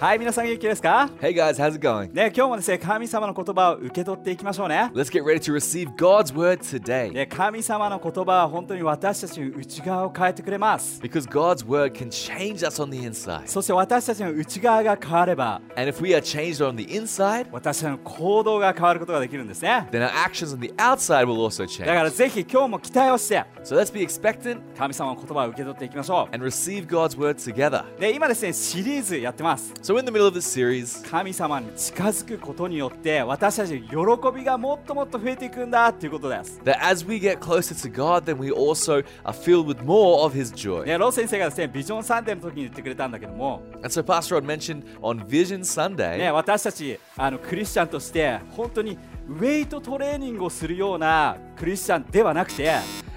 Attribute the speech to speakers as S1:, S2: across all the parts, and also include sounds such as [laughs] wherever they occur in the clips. S1: はい皆さん元気ですか
S2: Hey guys, how's it going?
S1: ね今日もですね神様の言葉を受け取っていきましょうね
S2: Let's get ready to receive God's word today
S1: ね神様の言葉は本当に私たちの内側を変えてくれます
S2: because God's word can change us on the inside.
S1: そして私たちの内側が変われば
S2: And if we are changed on the inside,
S1: 私たちの行動が変わることができるんですね
S2: then our actions on the outside will also
S1: だから
S2: change.
S1: ぜひ今日も期待をして
S2: So let's be expectant
S1: 神様の言葉を受け取っていきましょ
S2: and receive God's word together.
S1: うで今ですねシリーズやってます
S2: So, in the middle of this series,
S1: 神様に近づくことによって私たちの喜びがもっともっと増えていくんだっていうことです
S2: that as we get closer to God, then we also are filled with more of His
S1: ね、
S2: joy.
S1: ロー先生がですね、ビジョンサンデーの時に言ってくれたんだけども、
S2: And so, Pastor Rod mentioned on Vision
S1: ね、
S2: Sunday
S1: 私たちあのクリスチャンとして、本当にウェイトトレーニングをするようなクリスチャンではなくて、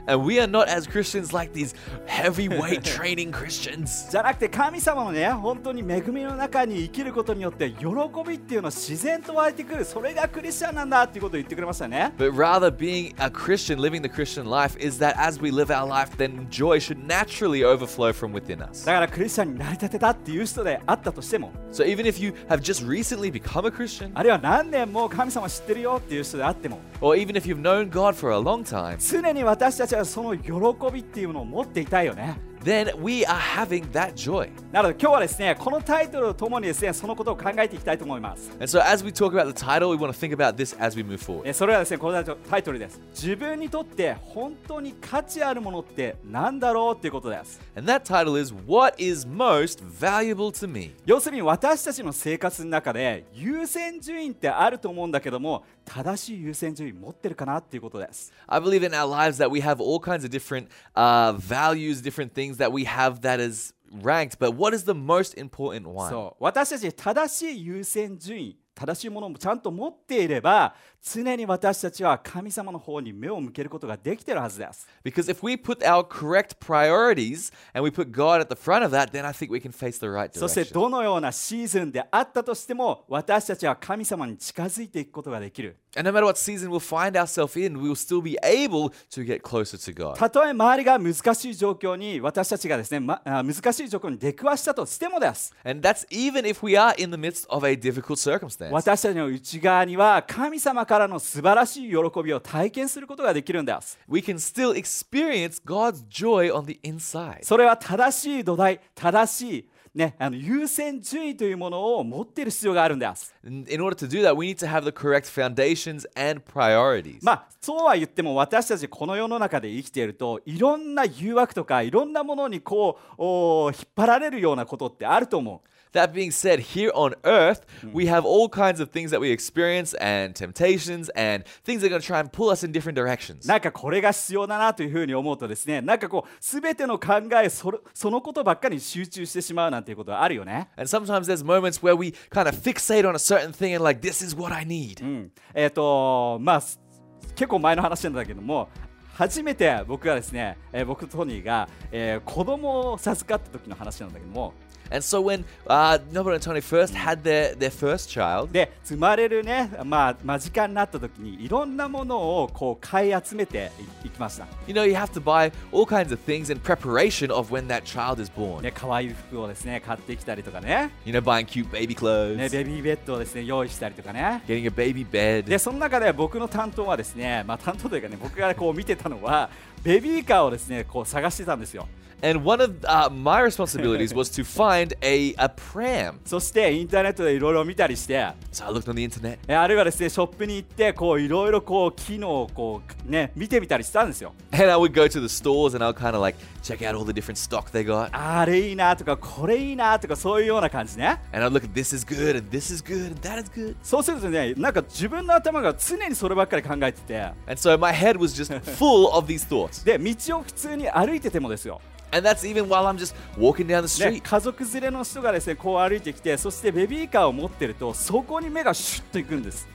S2: And we are not as Christians like these heavyweight training Christians.
S1: じゃなくて神様のね、本当に恵みの中に生きることによって、喜びっていうのは自然と湧いてくる、それがクリスチャンなんだっていうことを言ってくれましたね。
S2: But rather, being a Christian, living the Christian life, is that as we live our life, then joy should naturally overflow from within us.
S1: だからクリスチャンになりたてたっていう人であったとしても、
S2: So, even if you have just recently become a Christian,
S1: あるいは何年も神様知ってるよっていう人であっても、
S2: or even if you've known God for a long time,
S1: 常に私たちはその喜びっていうのを持っていたいよね。
S2: then we are having that joy.
S1: なので今日はですね、このタイトルとともにですね、そのことを考えていきたいと思います。
S2: And so, as we talk about the title, we want to think about this as we move forward.
S1: えそれはですね、このタイトルです。自分にとって本当に価値あるものって何だろうっていうことです。
S2: And that title is What is Most Valuable to Me?
S1: 要するに私たちの生活の中で優先順位ってあると思うんだけども、正しい優先順位持ってるかなっていうことです。
S2: I believe in our lives that we have all kinds of different uh, values, different things that we have that is ranked, but what is the most important one?
S1: そう私たち正しい優先順位、正しいものもちゃんと持っていれば、常に私たちは神様の方に目を向けることができてるはずです。
S2: Because if we put our correct priorities and we put God at the front of that, then I think we can face the right
S1: そして
S2: direction.
S1: どのようなシーズンであったとしても私たちは神様に近づいていくことができる
S2: And no matter what season we'll find ourselves in, we will still be able to get closer to God.
S1: たとえ周りが難しい状況に私たちがですね、ま、あ難しい状況に出くわしたとしてもです
S2: And that's even if we are in the midst of a difficult circumstance.
S1: 私たちの内側には神様からの素晴らしい喜びを体験することができるんです
S2: We can still experience God's joy on the inside.
S1: それは正しい土台正しいね、あの優先順位というものを持っている必要があるんです。
S2: In in order to do that, we need to have the correct foundations and priorities.
S1: まあそうは言っても私たちこの世の中で生きているといろんな誘惑とかいろんなものにこうおー引っ張られるようなことってあると思う。
S2: That being said, here on earth, we have all kinds of things that we experience and temptations and things that are going to try and pull us in different directions.
S1: なんかこれが必要だなというふうに思うとですねなんかこう全ての考えそれそのことばっかりに集中してしまうなんていうことはあるよね。
S2: And sometimes there's moments where we kind of fixate on a certain thing and like, this is what I need.
S1: うん、えっ、とまあす結構前の話なんだけども初めて僕がですね、えー僕とトニーが、えー子供を授かった時の話なんだけども
S2: And so when uh, Norbert and Tony first had their, their first child,
S1: で積まれるね、まあ、間近になった時にいろんなものをこう買い集めていいきました、
S2: you know, you have to buy all kinds of things in preparation of when that child is born.
S1: ね、可愛い服をですね買ってきたりとかね
S2: You know, buying cute baby
S1: ね
S2: clothes,
S1: ベビーベッドをですね用意したりとかね
S2: getting a baby
S1: で
S2: bed.
S1: その中で僕の担当はですね、まあ、担当というかね僕がこう見てたのはベビーカーをですねこう探してたんですよ
S2: And one of uh, my responsibilities was to find a, a pram.
S1: そしてインターネットでいろいろ見たりして、
S2: So I looked on the internet.
S1: えあるいはですねショップに行ってこういろいろこう機能をこうね見てみたりしたんですよ
S2: And I would go to the stores and I would kind of like check out all the different stock they got.
S1: あれいいなとかこれいいなとかそういうような感じね
S2: And I'd look at this is good and this is good and that is good.
S1: そうするとねなんか自分の頭が常にそればっかり考えてて
S2: And so my head was just full of these thoughts.
S1: で道を普通に歩いててもですよ、
S2: And that's even while I'm just walking down the
S1: ね、
S2: street.
S1: 家族連れの人がですねこう歩いてきてそしてベビーカーを持ってるとそこに目がシュッといくんです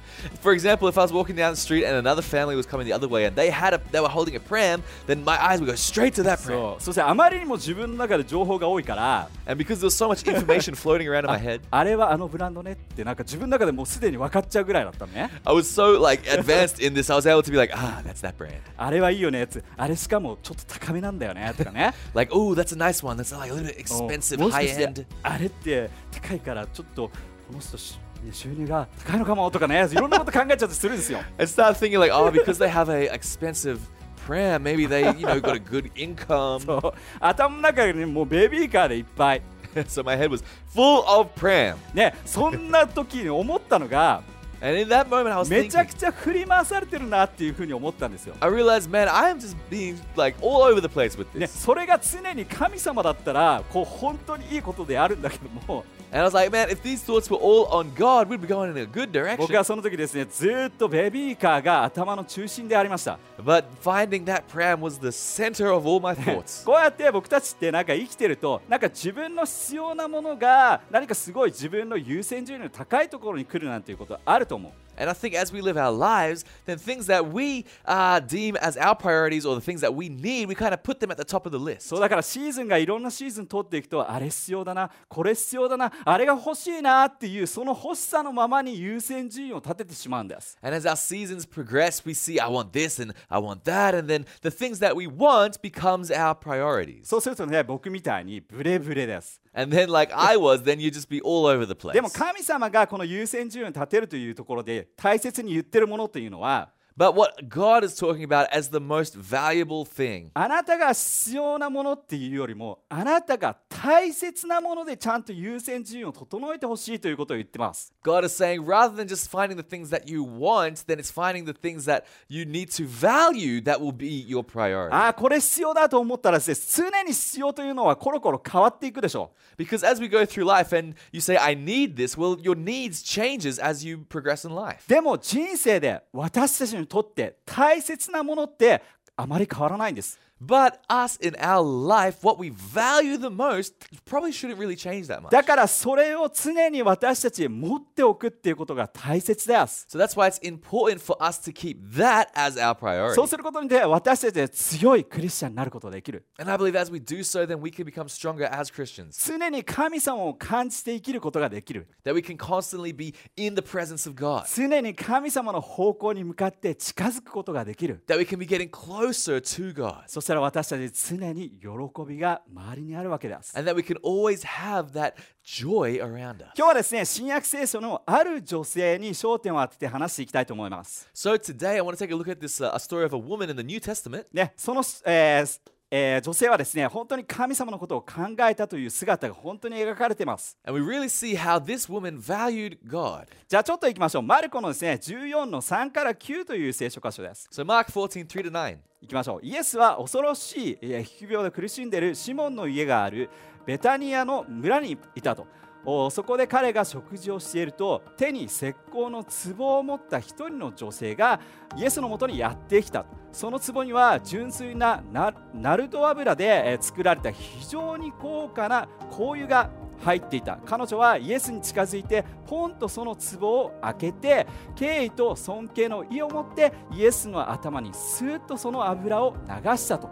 S2: For example, if I was walking down the street and another family was coming the other way and they had a they were holding a pram, then my eyes would go straight to that pram.
S1: そうそしてあまりにも自分の中で情報が多いから
S2: And because there was so much information floating around in my head,
S1: あれはあのブランドねってなんか自分の中でもうすでに分かっちゃうぐらいだったのね
S2: I was so like advanced in this, I was able to be like, ah, that's that brand.
S1: あれはいいよねつあれしかもちょっと高めなんだよねとかね
S2: Like like, oh, that's a nice one. That's like a little bit [laughs] expensive,
S1: もしか
S2: high
S1: して
S2: end.
S1: あれって高いからちょっとこの人しね収入が高いのかもとかねいろんなこと考えちゃってするんです
S2: [laughs]
S1: よ
S2: And start thinking like, oh, because they have a expensive pram, maybe they, you know, got a good income.
S1: そう頭の中にもうベビーカーでいっぱい
S2: so my head was full of pram.
S1: ねそんな時に思ったの
S2: [laughs]
S1: が
S2: And in that moment, I was
S1: めちゃ
S2: thinking,
S1: くちゃ振り回されてるなっていうふうに思ったんですよ
S2: I realized, man, I am just being like all over the place with
S1: ね、
S2: this.
S1: それが常に神様だったらこう本当にいいことであるんだけども
S2: And I was like, man, if these thoughts were all on God, we'd be going in a good
S1: 僕
S2: direction.
S1: はその時ですねずーっとベビーカーが頭の中心でありました
S2: But finding that pram was the center of all my thoughts.
S1: こうやって僕たちってなんか生きてるとなんか自分の必要なものが何かすごい自分の優先順位の高いところに来るなんていうことあると思う
S2: And I think as we live our lives, then things that we uh, deem as our priorities or the things that we need, we kind of put them at the top of the list.
S1: そうだからシーズンがいろんなシーズン通っていくとあれ必要だなこれ必要だなあれが欲しいなっていうその欲しさのままに優先順位を立ててしまうんです
S2: And as our seasons progress, we see I want this and I want that, and then the things that we want becomes our priorities.
S1: そうするとね僕みたいにブレブレです
S2: And then like I was, then you just be all over the place.
S1: でも神様がこの優先順位を立てるというところで大切に言ってるものというのは
S2: But what God is talking about as the most valuable thing
S1: あなたが必要なものっていうよりもあなたが大切なものでちゃんと優先順位を整えてほしいということを言ってます。
S2: God is saying rather than just finding the things that you want, then it's finding the things that you need to value that will be your priority.
S1: ああこれ必要だと思ったらですね常に必要というのはコロコロ変わっていくでしょ
S2: Because as we go through life and you say I need this, well your needs changes as you progress in life.
S1: う。でも人生で私たちにとって大切なものってあまり変わらないんです。
S2: But us in our life, what we value the most probably shouldn't really change that much.
S1: だからそれを常に私たちへ持っておくっていうことが大切です。
S2: So that's why it's important for us to keep that as our
S1: そう
S2: priority.
S1: することによって私たちは強いクリスチャンになることができる
S2: And I believe as we do so, then we can become stronger as Christians.
S1: 常に神様を感じて生きることができる
S2: That we can constantly be in the presence of God.
S1: 常に神様の方向に向かって近づくことができる
S2: That we can be getting closer to God.
S1: そしたら私たち常に喜びが周りにあるわけです
S2: And that we can always have that joy around us.
S1: 今日はですね新約聖書のある女性に焦点を当てて話していきたいと思います、
S2: So today I want to take a look at this uh, a story of a woman in the New Testament.
S1: ね、その、えーえー女性はですね本当に神様のことを考えたという姿が本当に描かれています
S2: And we really see how this woman valued God.
S1: じゃあちょっといきましょうマルコのですね14の3から9という聖書箇所です
S2: So Mark 14, 3 to 9.
S1: 行きましょうイエスは恐ろしいえー疫病で苦しんでいるシモンの家があるベタニアの村にいたとおそこで彼が食事をしていると手に石膏の壺を持った一人の女性がイエスのもとにやってきたその壺には純粋ななナルド油でえー作られた非常に高価な香油が入っていた彼女はイエスに近づいてポンとその壺を開けて敬意と尊敬の意を持ってイエスの頭にスーッとその油を流したと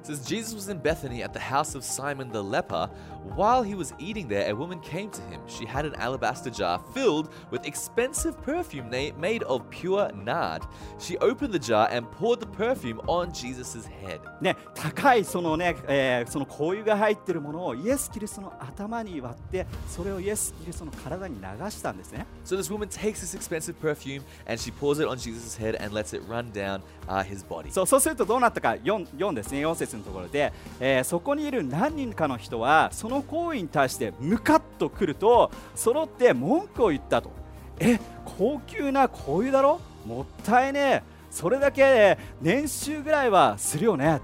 S2: It says Jesus was in Bethany at the house of Simon the leper. While he was eating there, a woman came to him. She had an alabaster jar filled with expensive perfume na- made of pure nard. She opened the jar and poured the perfume on Jesus' head.
S1: ね、高いそのね、えーその香油が入っているものをイエス・キリストの頭に割ってそれをイエス・キリストの体に流したんですね
S2: So this woman takes this expensive perfume and she pours it on Jesus' head and lets it run down uh, his body.
S1: そうそうするとどうなったか 4, 4ですね4節のところで、えーそこにいる何人かの人はその行為に対してムカッとくると揃って文句を言ったとえ高級な香油だろもったいねえそれだけ年収ぐらいはするよね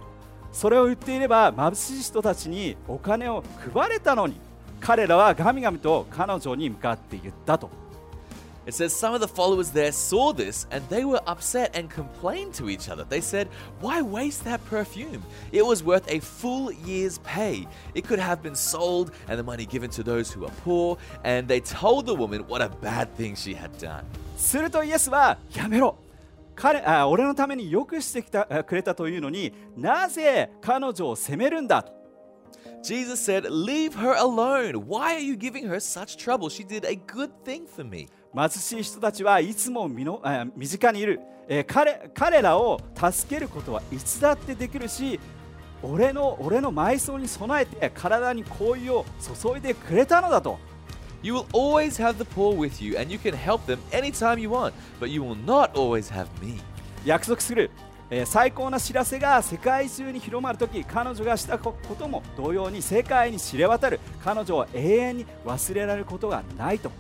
S1: それを言っていれば貧しい人たちにお金を配れたのに彼らはガミガミと彼女に向かって言ったと
S2: It says some of the followers there saw this and they were upset and complained to each other. They said, Why waste that perfume? It was worth a full year's pay. It could have been sold and the money given to those who are poor. And they told the woman what a bad thing she had done.
S1: するとイエスはやめろ彼あ俺のためによくしてきたあくれたというのになぜ彼女を責めるんだと
S2: Jesus said, Leave her alone. Why are you giving her such trouble? She did a good thing for me.
S1: 貧しい人たちはいつも身のあ身近にいる、えー彼彼らを助けることはいつだってできるし俺の俺の埋葬に備えて体に氷を注いでくれたのだと
S2: You will always have the poor with you, and you can help them anytime you want, but you will not always have me.
S1: 約束する、えー最高な知らせが世界中に広まるとき彼女がしたことも同様に世界に知れ渡る彼女は永遠に忘れられることがないと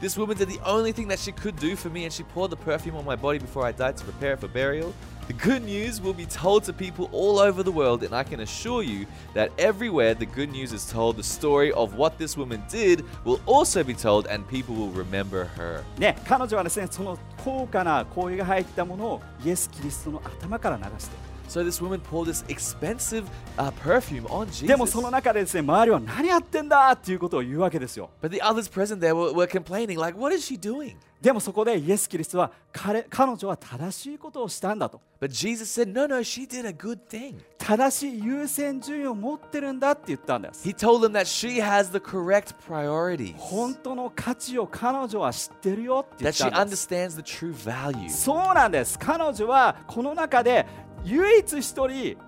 S2: This woman did the only thing that she could do for me, and she poured the perfume on my body before I died to prepare it for burial. The good news will be told to people all over the world, and I can assure you that everywhere the good news is told, the story of what this woman did will also be told, and people will remember her.
S1: ね、彼女はですねその高価な氷が入ったものをイエス・キリストの頭から流して
S2: So this woman poured this expensive uh, perfume on
S1: でもその
S2: Jesus.
S1: 中でですね周りは何やってんだっていうことを言うわけですよ
S2: But the others present there were, were complaining, like, what is she doing?
S1: でもそこでイエス・キリストは彼彼女は正しいことをしたんだと
S2: But Jesus said, no, no, she did a good thing.
S1: 正しい優先順位を持ってるんだって言ったんです
S2: He told them that she has the correct priorities.
S1: 本当の価値を彼女は知ってるよって言
S2: that
S1: っ
S2: she
S1: たんです
S2: understands the true value.
S1: そうなんです彼女はこの中で唯一一人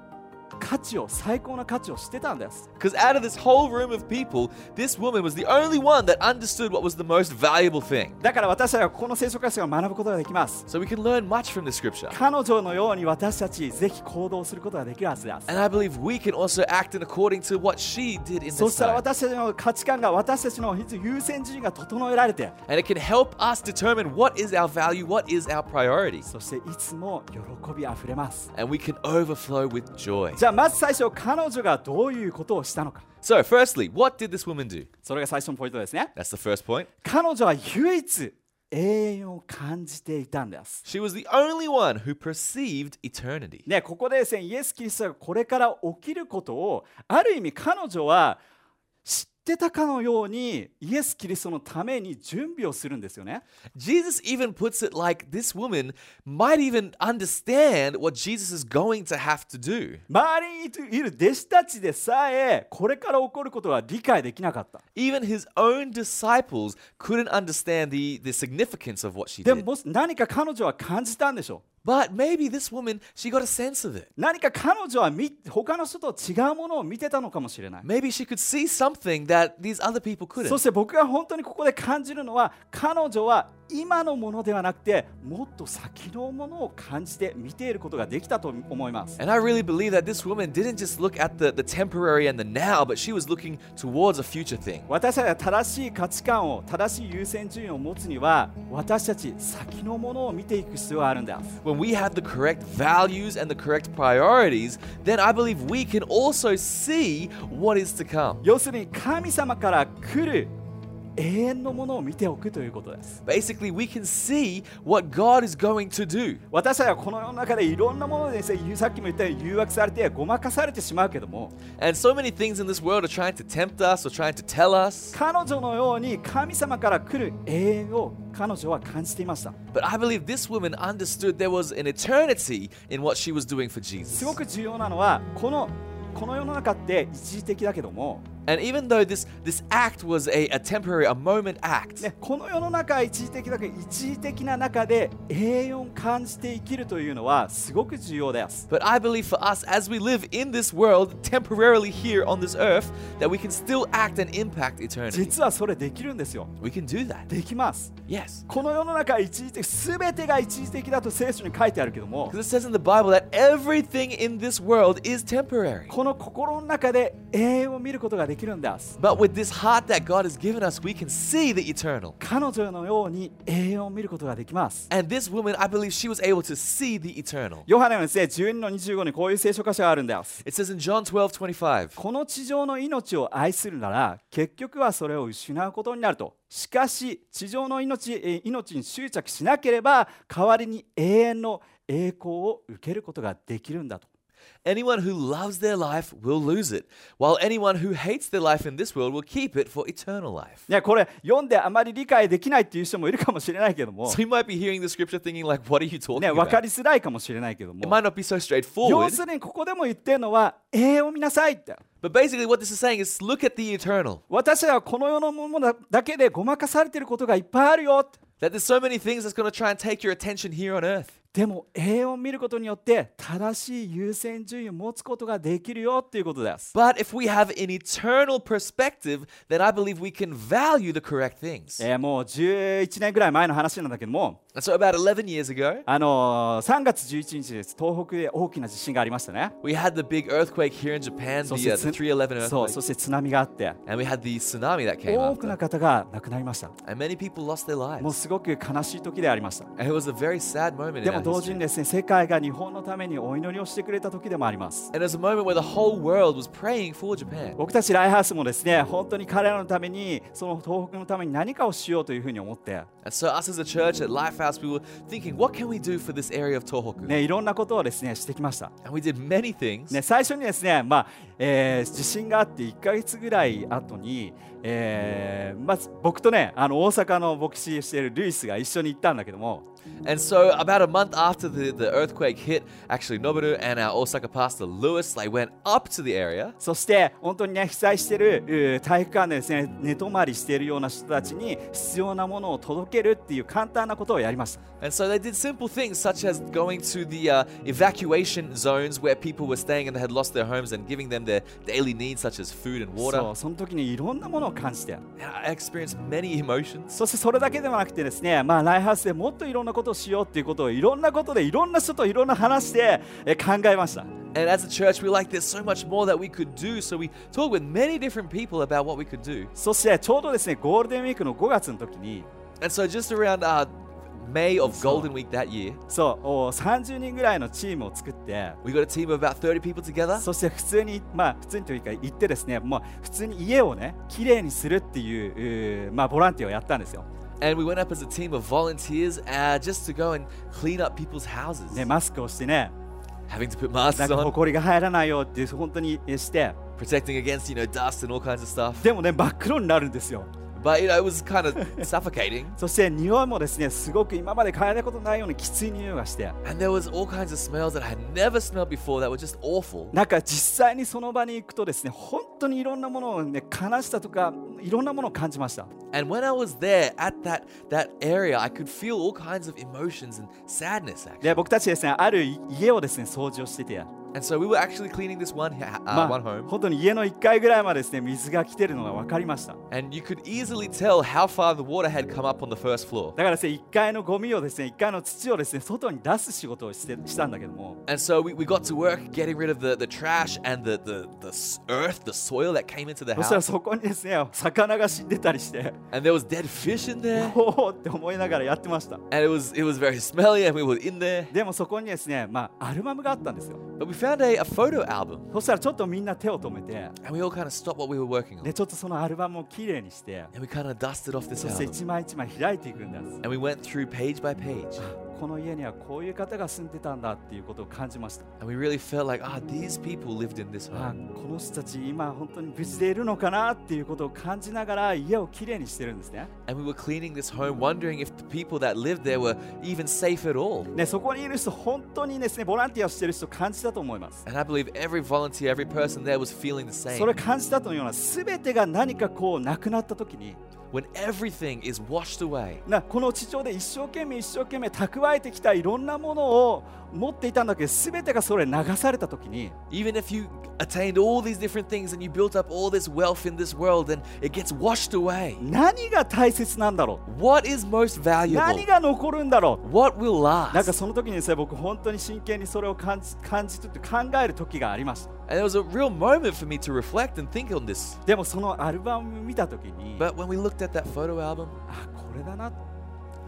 S1: 価値を最高の価値を知ってたんです
S2: Because out of this whole room of people, this woman was the only one that understood what was the most valuable thing.
S1: だから私たちはここの聖書箇所から学ぶことができます
S2: So we can learn much from the scripture.
S1: 彼女のように私たちぜひ行動することができるはずです
S2: And I believe we can also act in according to what she did in
S1: そ
S2: this
S1: したら
S2: time.
S1: 私たちの価値観が私たちの優先順位が整えられて
S2: And it can help us determine what is our value, what is our priority.
S1: そしていつも喜びあふれます
S2: And we can overflow with joy.
S1: じゃあまず最初彼女がどういうことをしたのか
S2: So, firstly, what did this woman do?
S1: それが最初のポイントですね
S2: That's the first point.
S1: 彼女は唯一永遠を感じていたんです。
S2: She was the only one who perceived eternity.
S1: ね、ここでですね、イエス・キリストがこれから起きることを、ある意味彼女は知ってたかのように、イエス・キリストのために準備をするんですよね。
S2: Jesus even puts it like this woman might even understand what Jesus is going to have to do.
S1: 周りにいる弟子たちでさえ、これから起こることは理解できなかった。
S2: Even his own disciples couldn't understand the, the significance of what she
S1: でも
S2: did.
S1: もし何か彼女は感じたんでしょ
S2: But maybe this woman, she got a sense of it.
S1: う。何か彼女は見他の人と違うものを見てたのかもしれない。
S2: Maybe she could see something that these other people
S1: そ
S2: couldn't.
S1: して僕が本当にここで感じるのは彼女は今のものではなくてもっと先のものを感じて見ていることができたと思います。
S2: And I really believe that this woman didn't just look at the, the temporary and the now, but she was looking towards a future thing.
S1: 私たちが正しい価値観を正しい優先順位を持つには私たち先のものを見ていく必要があるんです。
S2: When we have the correct values and the correct priorities, then I believe we can also see what is to come.
S1: 要するに神様から来る永遠のものを見ておくということです。
S2: Basically, we can see what God is going to do.
S1: 私たちはこの世の中でいろんなものでですねさっきも言ったように誘惑されてごまかされてしまうけども
S2: And so many things in this world are trying to tempt us or trying to tell us.
S1: 彼女のように神様から来る永遠を彼女は感じていました
S2: But I believe this woman understood there was an eternity in what she was doing for Jesus.
S1: すごく重要なのはこのこの世の中って一時的だけども、
S2: And even though this, this act was a, a temporary, a moment act,
S1: ね、この世の中は一時的だけど一時的な中で永遠を感じて生きるというのはすごく重要です。
S2: but I believe for us as we live in this world, temporarily here on this earth, that we can still act and impact eternity.
S1: 実はそれできるんですよ。
S2: We can do that.
S1: できます。
S2: Yes.
S1: この世の中は一時的全てが一時的だと聖書に書いてあるけども
S2: Because it says in the Bible that everything in this world is temporary.
S1: この心の中で永遠を見ることができるんです。
S2: But with this heart that God has given us, we can see the eternal.
S1: 彼女のように永遠を見ることができます。
S2: And this woman, I believe she was able to see the eternal.
S1: ヨハネのですね12の25にこういう聖書箇所があるんです。
S2: It says in John 12 25,
S1: この地上の命を愛するなら結局はそれを失うことになるとしかし地上の命えー命に執着しなければ代わりに永遠の栄光を受けることができるんだと
S2: Anyone who loves their life will lose it, while anyone who hates their life in this world will keep it for eternal life.
S1: ねこれ読んであまり理解できないっていう人もいるかもしれないけども
S2: So、you might be hearing the scripture thinking, like, what are you talking
S1: ね、分か
S2: about?
S1: りづらいかもしれないけど
S2: It
S1: も
S2: might not be so
S1: 要
S2: straightforward,
S1: するにここでも言ってるのは永遠を見なさいって
S2: but basically what this is saying is look at the eternal.
S1: 私はこの世のものだだけでごまかされてることがいっぱいあるよって
S2: That there's so many things that's going to try and take your attention here on earth.
S1: でも絵を見ることによって正しい優先順位を持つことができるよっていうことです。
S2: But if we have an eternal perspective, then I believe we can value the correct things.
S1: えーもう11年ぐらい前の話なんだけども、
S2: And so, about 11 years ago,
S1: あのー3月11日です東北で大きな地震がありましたね。
S2: we had the big earthquake here in Japan,
S1: そし
S2: the,
S1: て
S2: uh, the 311
S1: つそうそ
S2: earthquake.
S1: して津波があって、
S2: And we had the tsunami that came
S1: 多くの
S2: after.
S1: 方が亡くなりました。
S2: And many people lost their
S1: もう
S2: lives.
S1: すごく悲しい時でありました。
S2: And it was a very sad moment
S1: でも
S2: in our
S1: 同時に
S2: history.
S1: ですね、世界が日本のためにお祈りをしてくれた時でもあります。
S2: And it was a moment where the whole world was praying for Japan.
S1: 僕たちライフハウスもですね、本当に彼らのために、その東北のために何かをしようというふうに思って、
S2: And so, us as a church at Lifehouse, we were thinking, what can we do for this area of Tohoku?
S1: ね、いろんなことをですね、してきました。
S2: And we did many things.
S1: ね、最初にですね、まあえー地震があって1ヶ月ぐらい後に、えーまず僕とねあの大阪の牧師しているルイスが一緒に行ったんだけども
S2: And so, about a month after the, the earthquake hit, actually, Noboru and our Osaka pastor Lewis they went up to the area.
S1: そして本当にね被災しているうー体育館でですね寝泊まりしているような人たちに必要なものを届けるっていう簡単なことをやりました
S2: And so, they did simple things such as going to the uh, evacuation zones where people were staying and they had lost their homes and giving them their daily needs, such as food and
S1: そ
S2: water.
S1: うその時にいろんなものを感じて
S2: And I experienced many emotions.
S1: そしてそれだけではなくてですね、まあ、ライフハウスでもっといろんなことをしようっていうことをいろんなことでいろんな人といろんな話でえー考えました
S2: And as a church, we were like, there's so much more that we could do. So, we talked with many different people about what we could do.
S1: そしてちょうどですねゴールデンウィークの5月の時に
S2: And so, just around uh, May of Golden Week that year,
S1: そうお30人ぐらいのチームを作って。
S2: we got a team of about 30 people together.
S1: そして普通にまあ普通にというか行ってですねもう普通に家をね綺麗にするっていううーまあボランティアをやったんですよ、
S2: And we went up as a team of volunteers uh, just to go and clean up people's houses,
S1: ね、マスクをしてね
S2: having to put masks
S1: なんか
S2: on,
S1: 埃が入らないよっていう本当にえして
S2: protecting against you know dust and all kinds of stuff.
S1: でもね真っ黒になるんですよ
S2: But you know it was kind of suffocating,
S1: そして匂いもですねすごく今まで嗅いだことないようなきつい匂いがして
S2: and there was all kinds of smells that I had never smelled before that were just awful.
S1: なんか実際にその場に行くとですね本当にいろんなものをね悲しさとかいろんなものを感じました
S2: And when I was there at that that area, I could feel all kinds of emotions and sadness actually.
S1: で僕たちですねある家をですね掃除をしてて
S2: And so we were actually cleaning this one ha- uh,
S1: ま
S2: one
S1: あ、
S2: home,
S1: 本当に家の1階ぐらいまでですね水が来てるのが分かりました
S2: and you could easily tell how far the water had come up on the first floor.
S1: だからですね1階のゴミをですね1階の土をですね外に出す仕事をしてしたんだけども
S2: And so we, we got to work getting rid of the, the trash and the, the, the s- earth, the soil that came into the
S1: そしたら
S2: house.
S1: そこにですね魚が死んでたりして [laughs]
S2: And there was dead fish in there.
S1: おおって思いながらやってました
S2: And it was it was very smelly and we were in there.
S1: でもそこにですねまあアルバムがあったんですよ
S2: But we found a, a photo album
S1: そしたらちょっとみんな手を止めて
S2: and we all kind of stopped what we were working on.
S1: でちょっとそのアルバムをきれいにして
S2: And we kind of dusted off this
S1: そして一
S2: album.
S1: 枚一枚開いていくんです
S2: And we went through page by page.
S1: この家にはこういう方が住んでたんだっていうことを感じました
S2: And we really felt like, ah, these people lived in this
S1: あ
S2: home.
S1: この人たち今本当に無事でいるのかなっていうことを感じながら家をきれいにしてるんですね
S2: And we were cleaning this home, wondering if the people that lived there were even safe at all.
S1: ねそこにいる人本当にですねボランティアをしてる人感じたと思います、
S2: And I believe every volunteer, every person there was feeling the same.
S1: それ感じたというのは全てが何かこうなくなった時に
S2: When everything is washed away,
S1: なこの地上で一生懸命一生懸命蓄えてきたいろんなものを持っていたんだけど全てがそれ流された時に
S2: Even if you attained all these different things and you built up all this wealth in this world and it gets washed away,
S1: 何が大切なんだろ
S2: what is most
S1: う
S2: valuable?
S1: 何が残るんだろう
S2: What will
S1: なんか
S2: last?
S1: その時にですね僕本当に真剣にそれを感じ感じてて考える時がありました
S2: And there was a real moment for me to reflect and think on this.
S1: でもそのアルバム見た時に
S2: But when we looked at that photo album,
S1: あこれだな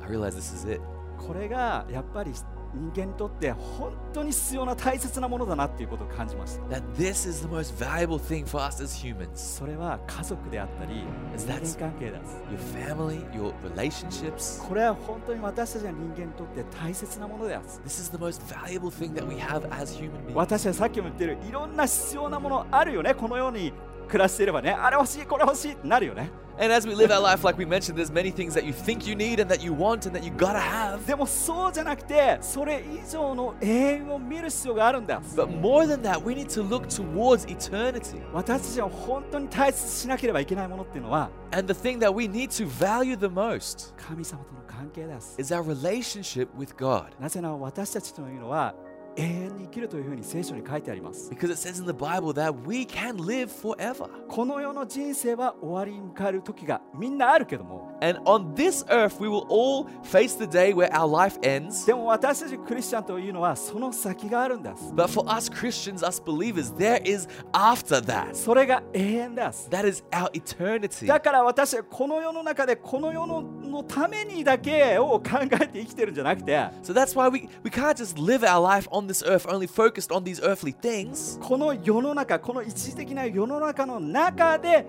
S2: I realized this is it.
S1: これがやっぱり人間にとって本当に必要な大切なものだなっていうことを感じました。
S2: That this is the most valuable thing for us as humans.
S1: それは家族であったり、人
S2: That's-
S1: 間関係です。
S2: Your family, your relationships.
S1: これは本当に私たちの人間にとって大切なものです。
S2: This is the most valuable thing that we have as human beings.
S1: 私はさっきも言ってるいろんな必要なものあるよね、このように暮らしていればね、あれ欲しい、これ欲しいってなるよね。
S2: And as we live our life, like we mentioned, there's many things that you think you need and that you want and that you gotta have.
S1: でもそうじゃなくてそれ以上の永遠を見る必要があるんだ
S2: But more than that, we need to look towards eternity.
S1: 私たちが本当に大切にしなければいけないものっていうのは
S2: And the thing that we need to value the most
S1: 神様との関係です
S2: is our relationship with God.
S1: なぜなら私たちというのは永遠に生きるというふうに聖書に書いてあります
S2: Because it says in the Bible that we can live forever.
S1: この世の人生は終わりに迎える時がみんなあるけども
S2: And on this earth, we will all face the day where our life ends.
S1: でも私たちクリスチャンというのはその先があるんです
S2: But for us Christians, us believers, there is after that.
S1: それが永遠です
S2: That is our eternity.
S1: だから私はこの世の中でこの世ののためにだけを考えて生きてるんじゃなくて
S2: So that's why we, we can't just live our life on this earth only focused on these earthly things.
S1: この世の中この一時的な世の中の中で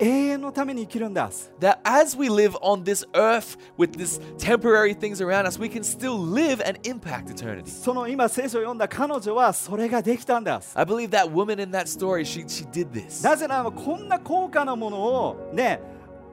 S1: 永遠のために生きるんです
S2: That as we live on this earth with this temporary things around us, we can still live and impact eternity.
S1: その今聖書を読んだ彼女はそれができたんです
S2: I believe that woman in that story, she, she did this.
S1: なぜならこんな高価なものをね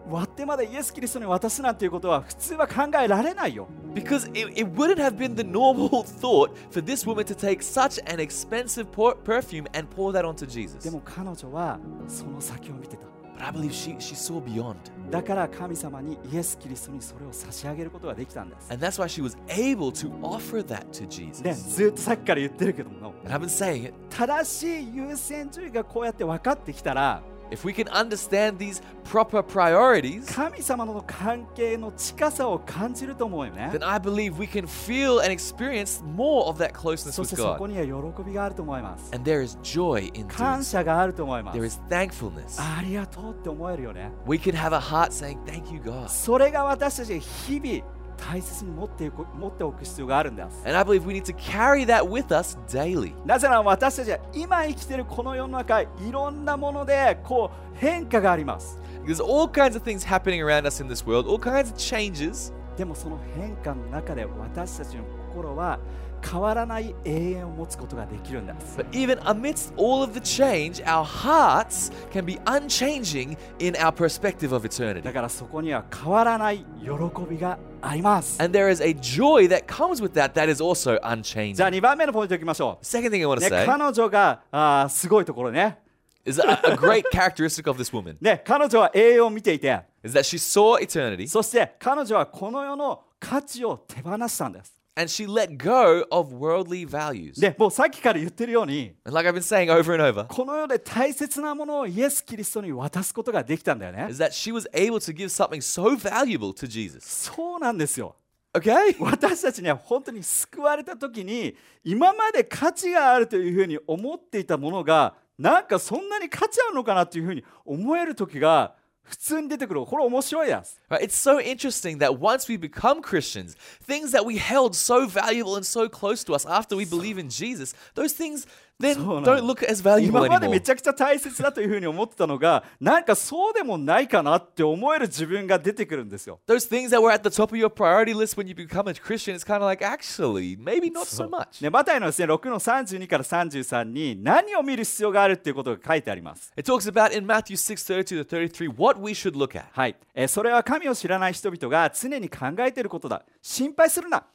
S1: 割ってまでイエス・キリストに渡すなんていうことは普通は考えられないよ
S2: Because it, it wouldn't have been the normal [laughs] thought for this woman to take such an expensive por- perfume and pour that onto Jesus.
S1: でも彼女はその先を見てた
S2: But I believe she, she saw beyond.
S1: だから神様にイエス・キリストにそれを差し上げることができたんです
S2: And that's why she was able to offer that to
S1: ね
S2: Jesus.
S1: ずっとさっきから言ってるけども
S2: And I've been saying it.
S1: 正しい優先順位がこうやって分かってきたら
S2: If we can understand these proper priorities,
S1: 神様との関係の近さを感じると思うよね
S2: then I believe we can feel and experience more of that closeness
S1: そし
S2: with
S1: てそこ
S2: God.
S1: には喜びがあると思います
S2: And there is joy in doing
S1: 感
S2: so.
S1: 謝があると思いま
S2: There
S1: す
S2: is thankfulness.
S1: ありがとうって思えるよね
S2: We can have a heart saying, Thank you, God.
S1: それが私たちが日々大切に持っていく持っておく必要があるんです
S2: And I believe we need to carry that with us daily.
S1: なぜなら私たちは今生きてるこの世の中いろんなものでこう変化があります
S2: There's all kinds of things happening around us in this world, all kinds of changes.
S1: でもその変化の中で私たちの心は変わらない永遠を持つことができるんです
S2: But even amidst all of the change, our hearts can be unchanging in our perspective of eternity.
S1: だからそこには変わらない喜びがあります
S2: And there is a joy that comes with that that is also
S1: じゃあ
S2: unchanging.
S1: 2番目のポイントいきましょ
S2: Second thing I want
S1: う、
S2: to
S1: ね、
S2: say
S1: 彼女があーすごいところね
S2: is a, a great characteristic of this woman
S1: ね彼女は栄養を見ていて
S2: is that she saw eternity
S1: そして彼女はこの世の価値を手放したんです
S2: and she let go of worldly values.
S1: でもうさっきから言ってるように
S2: And like I've been saying over and over,
S1: この世で大切なものをイエス・キリストに渡すことができたんだよね
S2: is that she was able to give something so valuable to Jesus.
S1: そうなんですよ
S2: Okay?
S1: 私たちには本当に救われた時に今まで価値があるというふうに思っていたものがなんかそんなに価値あるのかなというふうに思える時が普通に出てくるこれ面白いです。
S2: Right? It's so interesting that once we become Christians, things that we held so valuable and so close to us after we believe in Jesus, those things then
S1: So nice.
S2: don't look as valuable
S1: 今まで
S2: anymore.
S1: めちゃくちゃ大切だというふうに思ってたのがなんかそうでもないかなって思える自分が出てくるんですよ。
S2: Those things that were at the top of your priority list when you become a Christian, it's kind of like, actually, maybe not so much.
S1: ね、マタイのです、ね、6の32から33に何を見る必要があるっていうことが書いてあります。
S2: It talks about in Matthew 6 32 to 33 what we should look at.
S1: はい、えーそれは神を知らない人々が常に考えていることだ心配するな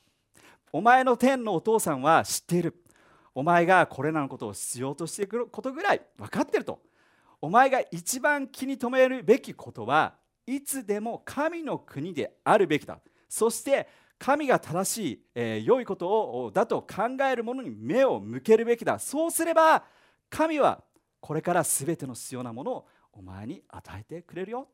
S1: お前の天のお父さんは知っているお前がこれらのことを必要としていることぐらい分かってるとお前が一番気に留めるべきことはいつでも神の国であるべきだそして神が正しい、えー良いことをだと考えるものに目を向けるべきだそうすれば神はこれから全ての必要なものをお前に与えてくれるよ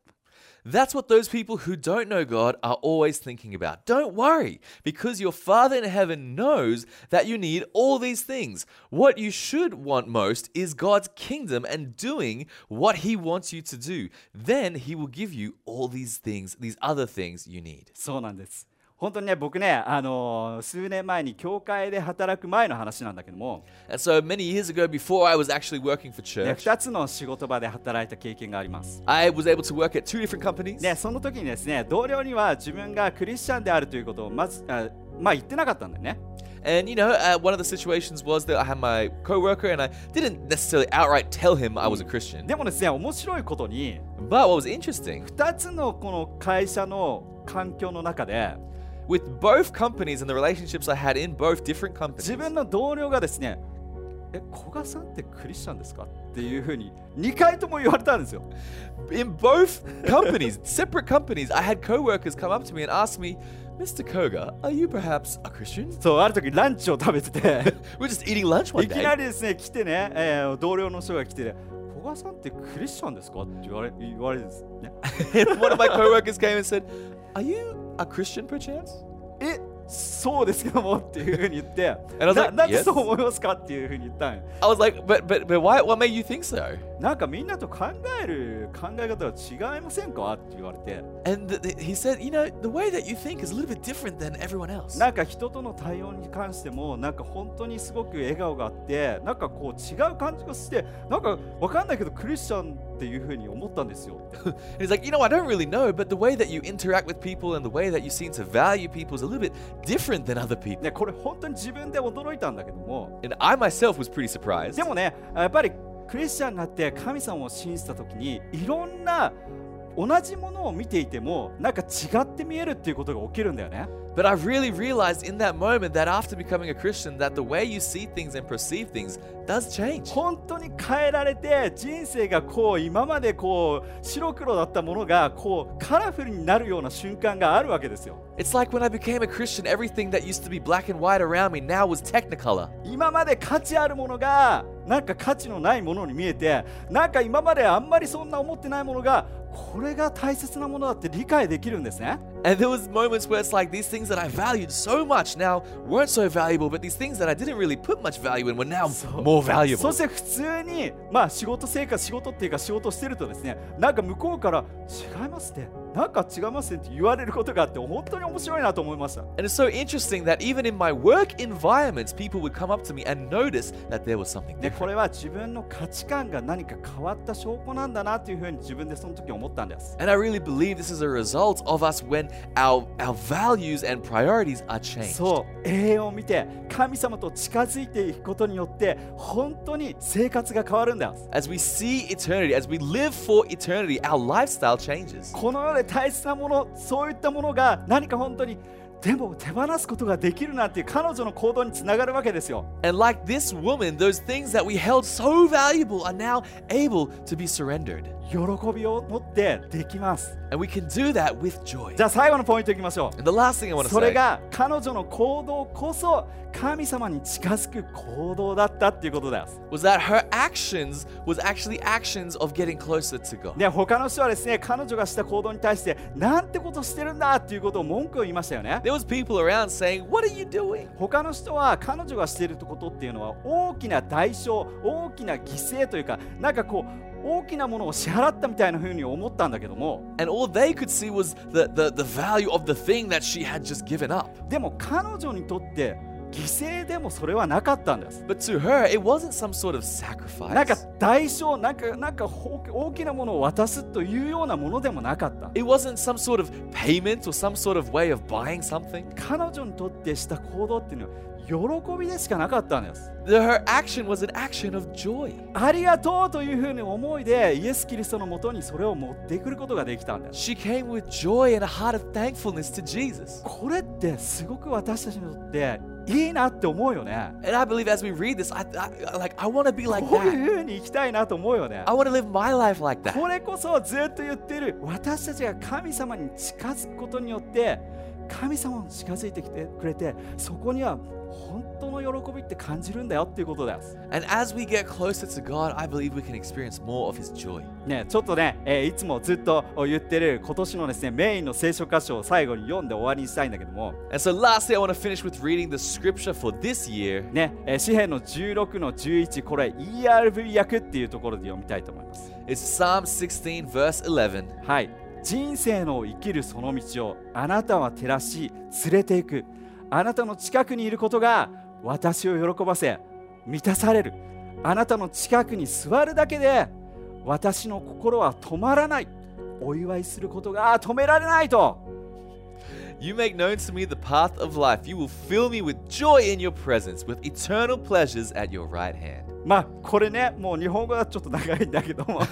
S2: That's what those people who don't know God are always thinking about. Don't worry, because your Father in heaven knows that you need all these things. What you should want most is God's kingdom and doing what He wants you to do. Then He will give you all these things, these other things you need.
S1: そうなんです。本当にね、僕ね、あのー数年前に教会で働く前の話なんだけども、
S2: And so many years ago, before I was actually working for
S1: ね、
S2: church,
S1: 2つの仕事場で働いた経験があります。
S2: I was able to work at two different companies.
S1: ね、その時にですね、同僚には自分がクリスチャンであるということをまず、あまあ言ってなかったんだよね。
S2: And you know, uh, one of the situations was that I had my coworker, and I didn't necessarily outright tell him I was a Christian.
S1: でもですね面白いことに
S2: But what was interesting,
S1: 2つのこの会社の環境の中で
S2: with both companies and the relationships I had in both different
S1: 自
S2: companies,
S1: 分の同僚がですね「え古賀さんってクリスチャンですか?」っていうふうに2回とも言われたんですよ。
S2: in both companies, separate companies, I had coworkers come up to me and ask me, "Mr. Koga, are you perhaps a Christian?"
S1: そうある時ランチを食べてて
S2: We're just eating lunch one
S1: いきな
S2: day.
S1: りですね来てね、えー同僚の人が来てね「古賀さんってクリスチャンですか?」って言われ言われるんですね。
S2: [laughs] And one of my coworkers came and said, "Are you a Christian, perchance?"
S1: えそうですけどもっていうふうに言 [laughs] って「
S2: And I was
S1: な
S2: like,
S1: なんで
S2: yes.
S1: そう思いますか?」っていうふうに言ったんよ
S2: I was like, "But, but, but why? What made you think so?"
S1: なんかみんなと考える考え方が違いませんかって言われて
S2: And th- th- he said, you know, the way that you think is a little bit different than everyone else.
S1: なんか人との対応に関してもなんか本当にすごく笑顔があってなんかこう違う感じがしてなんかわかんないけどクリスチャンっていうふうに思ったんですよって
S2: And he's like, you know, I don't really know, but the way that you interact with people and the way that you seem to value people is a little bit different than other people.
S1: ねこれ本当に自分で驚いたんだけども
S2: And I myself was pretty surprised.
S1: でもねやっぱりクリスチャンになって神様を信じた時にいろんな同じものを見ていてもなんか違って見えるっていうことが起きるんだよね
S2: But I really realized in that moment that after becoming a Christian, that the way you see things and perceive things does change.
S1: 本当に変えられて人生がこう今までこう白黒だったものがこうカラフルになるような瞬間があるわけですよ
S2: It's like when I became a Christian, everything that used to be black and white around me now was technicolor.
S1: 今まで価値あるものがなんか価値のないものに見えてなんか今まであんまりそんな思ってないものがこれが大切なものだって理解できるんですね
S2: And there was moments where it's like these things that I valued so much now weren't so valuable, but these things that I didn't really put much value in were now
S1: そ
S2: more valuable.
S1: して普通にまあ仕事生活仕事っていうか仕事してるとですねなんか向こうから違いますねなんか違いますねって言われることがあって本当に面白いなと思いました
S2: And it's so interesting that even in my work environments, people would come up to me and notice that there was something
S1: でこ
S2: different.
S1: れは自分の価値観が何か変わった証拠なんだなというふうに自分でその時思ったんです。
S2: And I really believe this is a result of us when our, our values and priorities are changed.
S1: そう永遠を見て神様と近づいていくことによって本当に生活が変わるんだ
S2: As we see eternity, as we live for eternity, our lifestyle changes.
S1: この世で大切なものそういったものが何か本当にでも手放すことができるなんていう彼女の行動につながるわけですよ
S2: And like this woman, those things that we held so valuable are now able to be surrendered.
S1: 喜びを持ってできます
S2: And we can do that with joy.
S1: じゃあ最後のポイントいきましょう
S2: And the last thing I want to
S1: それ
S2: say
S1: が彼女の行動こそ神様に近づく行動だったっていうことです
S2: was that her actions was actually actions of getting closer to God.
S1: ね、他の人はですね彼女がした行動に対してなんてことしてるんだっていうことを文句を言いましたよね
S2: There was people around saying, "What are you doing?"
S1: 他の人は彼女がしていることっていうのは大きな代償大きな犠牲というかなんかこう大きなものを支払ったみたいな風に思ったんだけども
S2: And all they could see was the, the, the value of the thing that she had just given up.
S1: でも彼女にとって犠牲でもそれはなかったんです
S2: But to her, it wasn't some sort of
S1: なんか
S2: sacrifice.
S1: 代償なんかなんか大き大きなものを渡すというようなものでもなかった
S2: It wasn't some sort of payment or some sort of way of buying something.
S1: 彼女にとってした行動っていうのは喜びでしかなかったんです
S2: The, her action was an action of joy.
S1: ありがとうというふうに思いでイエス・キリストのもとにそれを持ってくることができたんです。
S2: She came with joy and a heart of thankfulness to Jesus.
S1: これってすごく私たちにとっていいなって思うよね。
S2: And I believe as we read this, I, I like I want to be like
S1: こう
S2: that.
S1: いうふうに生きたいなと思うよね
S2: I。want to live my life like that.
S1: [laughs] これこそずっと言ってる私たちが神様に近づくことによって神様に近づいてきてくれてそこには本当の喜びって感じるんだよっていうことです。
S2: And as we get closer to God, I believe we can experience more of His joy.
S1: ね、ちょっとね、えーいつもずっと言ってる今年のですねメインの聖書箇所を最後に読んで終わりにしたいんだけども
S2: And so, lastly, I want to finish with reading the scripture for this year.
S1: ね、えー詩篇の16の11これ ERV 訳っていうところで読みたいと思います。
S2: It's Psalm 16, verse 11.
S1: はい、人生の生きるその道をあなたは照らし連れていくあなたの近くにいることが私を喜ばせ満たされるあなたの近くに座るだけで私の心は止まらないお祝いすることが止められないと
S2: You make known to me the path of life. You will fill me with joy in your presence, with eternal pleasures at your right hand. [laughs]
S1: まあこれねもう日本語だとちょっと長いんだけども
S2: The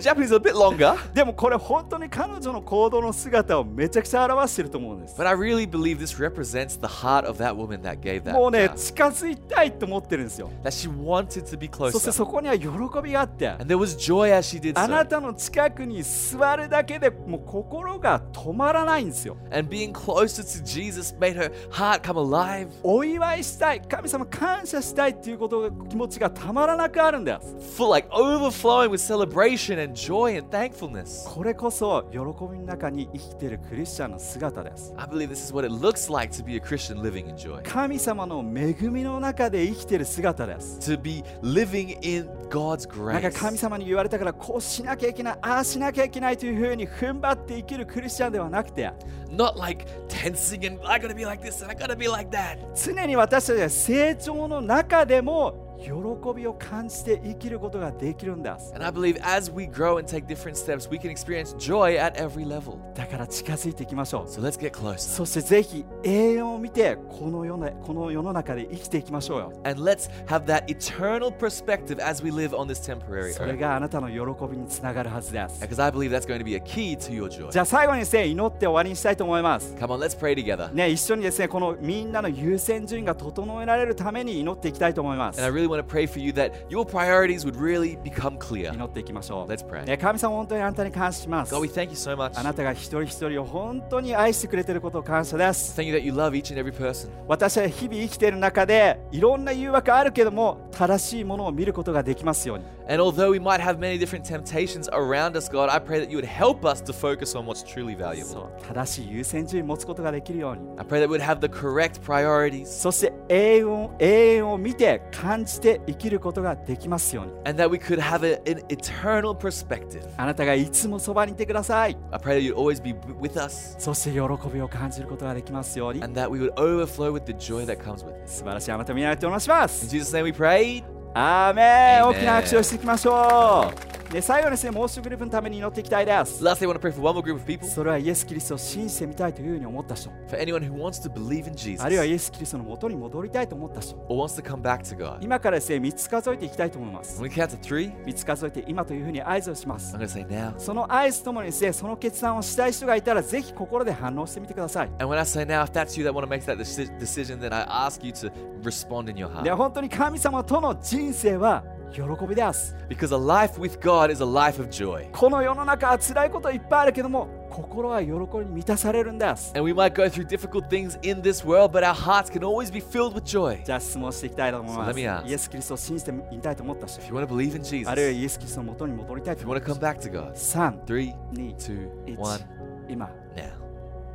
S2: Japanese is a bit longer,
S1: でもこれ本当に彼女の行動の姿をめちゃくちゃ表してると思うんです
S2: but I really believe this represents the heart of that woman that gave that
S1: もうね
S2: vow,
S1: 近づいたいと思ってるんですよ
S2: that she wanted to be
S1: そして
S2: closer.
S1: そこには喜びがあって
S2: And there was joy as she did
S1: あな
S2: so.
S1: たの近くに座るだけでもう心が止まらないんですよ
S2: And being closer to Jesus made her heart come alive,
S1: お祝いしたい神様感謝したいっていうことが気持ちがたまらなくあるんです
S2: full like overflowing with celebration and joy and thankfulness.
S1: これこそ喜びの中に生きているクリスチャンの姿です
S2: I believe this is what it looks like to be a Christian living in joy.
S1: 神様の恵みの中で生きている姿です
S2: To be living in God's
S1: なん
S2: grace.
S1: か神様に言われたからこうしなきゃいけないああしなきゃいけないというふうに踏ん張って生きるクリスチャンではなくて
S2: Not like tensing and I gotta be like this and I gotta be like that.
S1: 常に私たちは成長の中でも喜びを感じて生きることができるんです
S2: And I believe as we grow and take different steps, we can experience joy at every level.
S1: だから近づいていきましょう
S2: So let's get closer
S1: そしてぜひ栄養を見てこの世のこの世の中で生きていきましょうよ
S2: and let's have that eternal perspective as we live on this temporary
S1: それ
S2: earth.
S1: があなたの喜びにつながるはずです。
S2: Because I believe that's going to be a key to your joy.
S1: じゃあ最後にですね、祈って終わりにしたいと思います。
S2: Come on, let's pray together.
S1: ね、一緒にですね、このみんなの優先順位が整えられるために祈っていきたいと思います
S2: And I。really want to pray for you that your priorities would really become clear.
S1: 祈っていきましょう。
S2: Let's pray.
S1: ね、神様、本当にあなたに感謝します。
S2: God, we thank you so much.
S1: あなたが一人一人を本当に愛してくれていることを感謝です。
S2: Thank you that you love each and every person.
S1: 私は日々生きている中でいろんな誘惑あるけども正しいものを見ることができますように。
S2: And although we might have many different temptations around us, God, I pray that you would help us to focus on what's truly
S1: そ
S2: valuable.
S1: う正しい優先順位を持つことができるように。
S2: I pray that we'd have the correct priorities
S1: そして永遠を永遠を見て感じて生きることができますように
S2: and that we could have a- an eternal perspective.
S1: あなたがいつもそばにいてください
S2: I pray that you'd always be b- with us
S1: そして喜びを感じることができますように
S2: and that we would overflow with the joy that comes with it.
S1: 素晴らしいあなたを見られておりま
S2: In
S1: す
S2: Jesus' name we pray.
S1: アーメン
S2: Amen
S1: 大きな拍手をしていきましょうで最後にですねもう一グループのために祈っていきたいです
S2: Lastly, I want to pray for one more group of people.
S1: それはイエス・キリストを信じてみたいというふうに思った人
S2: For anyone who wants to believe in
S1: あるいはイ
S2: Jesus
S1: エス・キリストの元に戻りたいと思った人
S2: or wants to come back to God.
S1: 今からですね3つ数えていきたいと思いま
S2: When
S1: す
S2: we count to three,
S1: 3つ数えて今というふうに合図をしま
S2: I'm
S1: す
S2: going to say now.
S1: その合図ともにですねその決断をしたい人がいたらぜひ心で反応してみてください
S2: And when I say now, if that's you that want to make that deci- decision, then I ask you to respond in your
S1: で
S2: heart.
S1: 本当に神様との人生は喜びです。
S2: Because a life with God is a life of joy.
S1: この世の中は辛いこといっぱいあるけども、心は喜びに満たされるんです。
S2: And we might go through difficult things in this world, but our hearts can always be filled with joy.
S1: じゃあ質問していきたいと思います。
S2: So let me ask.
S1: イエス・キリストを信じてみたいと思った人
S2: If you want to believe in
S1: あるいは
S2: Jesus,
S1: イエス・キリストの元に戻りたい
S2: if
S1: と
S2: you
S1: 思っ
S2: want
S1: た
S2: to come
S1: 人。
S2: back to God,
S1: 3、
S2: three,
S1: 2、
S2: two,
S1: 1
S2: one,
S1: 今。
S2: now.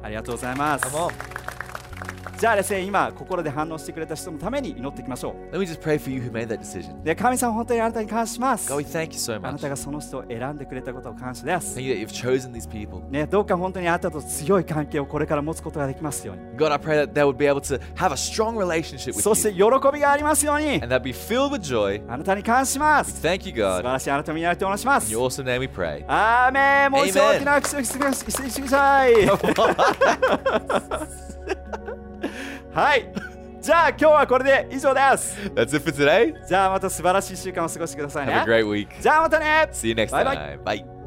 S1: ありがとうございます
S2: Come。on.
S1: じゃあですね、今、心で反応してくれた人のために祈っていきましょう。
S2: Let me just pray for you who made that decision.
S1: で神様、本当にあなたに感謝します
S2: God, we。thank you so
S1: あな
S2: much.
S1: たが
S2: Thank
S1: その人を選んでくれたことを感謝です。
S2: you that you've chosen these people.
S1: ね、どうか本当にあなたと強い関係をこれから持つことができますように。
S2: God, I pray that they would be able to have a strong relationship
S1: そし
S2: with
S1: て
S2: you
S1: 喜びがありますように
S2: and that be filled with joy.
S1: あなたに感謝します素
S2: Thank you,
S1: 晴
S2: God.
S1: らしいあなたを見られております
S2: In your awesome name we [laughs] pray.
S1: アーメンもう一度
S2: Amen
S1: 大きな拍手をしてくださいはいじゃあ今日はこれで以上です
S2: That's it for today.
S1: じゃあまた素晴らしい週間を過ごしてください
S2: Have a
S1: ね
S2: great week.
S1: じゃあまたね
S2: See you next
S1: Bye bye.
S2: time. Bye.